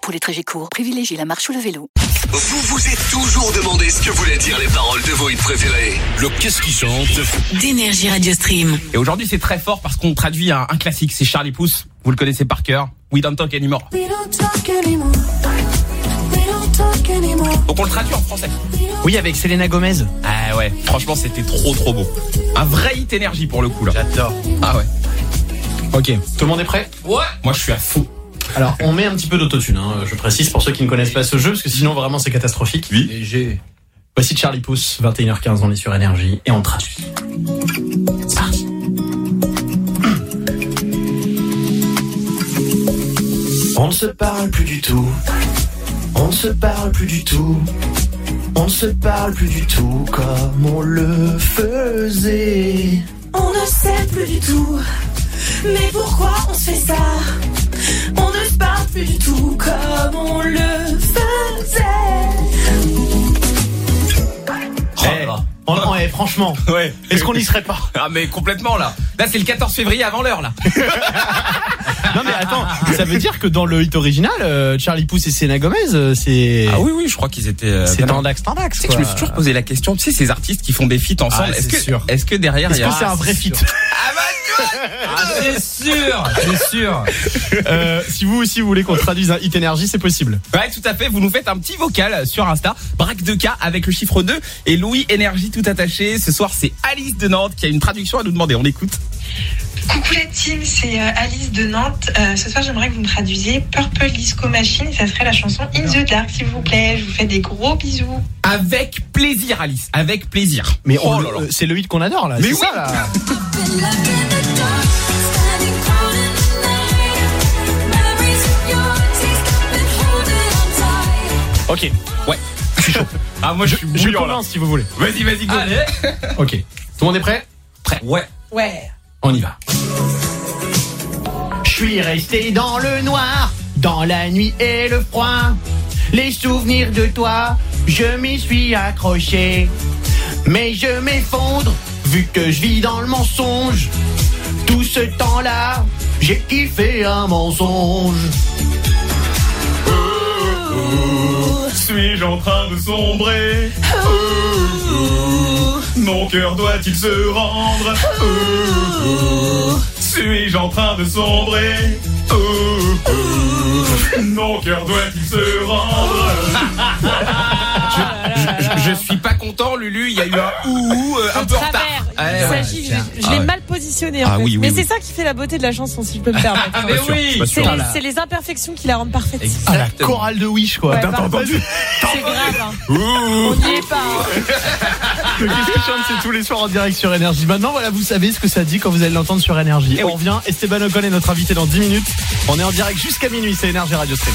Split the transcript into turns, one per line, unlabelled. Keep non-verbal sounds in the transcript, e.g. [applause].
Pour les trajets courts, privilégiez la marche ou le vélo.
Vous vous êtes toujours demandé ce que voulaient dire les paroles de vos hits préférés.
Le qu'est-ce qui chante
D'énergie Radio Stream.
Et aujourd'hui, c'est très fort parce qu'on traduit un, un classique, c'est Charlie Pouce. Vous le connaissez par cœur. We don't talk anymore.
We don't talk anymore. We don't talk anymore.
Donc on le traduit en français.
Oui, avec Selena Gomez.
Ah ouais, franchement, c'était trop trop beau. Un vrai hit énergie pour le coup là.
J'adore.
Ah ouais.
Ok, tout le monde est prêt
Ouais. Moi, je suis à fond.
Eh. Alors, on met un petit peu d'autotune, hein, je précise, pour ceux qui ne connaissent pas ce jeu, parce que sinon, vraiment, c'est catastrophique. Oui. Léger. Voici Charlie Pouce, 21h15, on est sur Énergie, et on traduit. C'est parti. On ne se parle plus du tout. On ne se parle plus du tout. On ne se parle plus du tout comme on le faisait.
On ne sait plus du tout. Mais pourquoi on se fait ça On ne se parle plus du tout comme on le faisait.
Oh là là. On- on- eh, franchement,
Ouais.
est-ce qu'on n'y serait pas
[laughs] Ah mais complètement là. Là, c'est le 14 février avant l'heure là.
Eh. Non mais attends, ça veut dire que dans le hit original, euh, Charlie Pouce et Selena Gomez, euh, c'est
Ah oui oui, je crois qu'ils étaient. euh,
c'est
vraiment-
Tandax Tandax.
Tu sais que je me suis toujours posé la question. Tu sais, ces artistes qui font des feats ensemble,
Ah,
est-ce
c'est
que
sûr.
est-ce que derrière il
Est-ce
y a
que c'est un vrai feat Ah,
Ah bah c'est sûr, c'est [laughs] sûr.
Euh, Si vous aussi vous voulez qu'on traduise un hit énergie, c'est possible.
Ouais, tout à fait. Vous nous faites un petit vocal sur Insta, Braque 2K avec le chiffre 2 et Louis Énergie tout attaché. Ce soir, c'est Alice de Nantes qui a une traduction à nous demander. On l'écoute.
Coucou la team, c'est euh, Alice de Nantes. Euh, ce soir, j'aimerais que vous me traduisiez Purple Disco Machine et ça serait la chanson In the Dark, s'il vous plaît. Je vous fais des gros bisous.
Avec plaisir, Alice. Avec plaisir.
Mais
oh
on-
là là.
euh, c'est le hit qu'on adore là.
Mais
c'est
oui.
ça, là.
Been left in the dark, standing cold in the night. Memories of your taste, been holding on tight.
Ok,
Ouais. ah moi je suis
je
bouillant là.
commence si vous voulez.
Vas-y, vas-y. go.
Allez. Ok, tout le monde est prêt
Prêt. Ouais.
Ouais.
On y va. Je suis resté dans le noir, dans la nuit et le froid. Les souvenirs de toi, je m'y suis accroché. Mais je m'effondre, vu que je vis dans le mensonge. Tout ce temps-là, j'ai kiffé un mensonge.
Suis-je en train de sombrer Mon cœur doit-il se rendre Suis-je en train de sombrer Mon cœur doit-il se [laughs] rendre je, je suis pas content, Lulu. Il y a eu un ouh ouh, euh, un peu en retard.
travers.
Ouais,
Il
ouais,
s'agit,
tiens.
je, je
Ah
l'ai
ouais.
mal positionné en
Ah
fait.
oui, oui,
mais
oui.
c'est ça qui fait la beauté de la chanson, si je peux me permettre.
Ah, mais oui.
c'est
sûr.
les, c'est les imperfections qui la rendent parfaite.
Exactement.
de Wish, quoi.
Ouais, T'as pas entendu C'est grave. hein. On n'y est pas. hein.
Le Qu'est-ce qui chante, c'est tous les soirs en direct sur Énergie. Maintenant, voilà, vous savez ce que ça dit quand vous allez l'entendre sur Énergie. Et on revient, Esteban Ocon est notre invité dans 10 minutes. On est en direct jusqu'à minuit, c'est Énergie Radio Stream.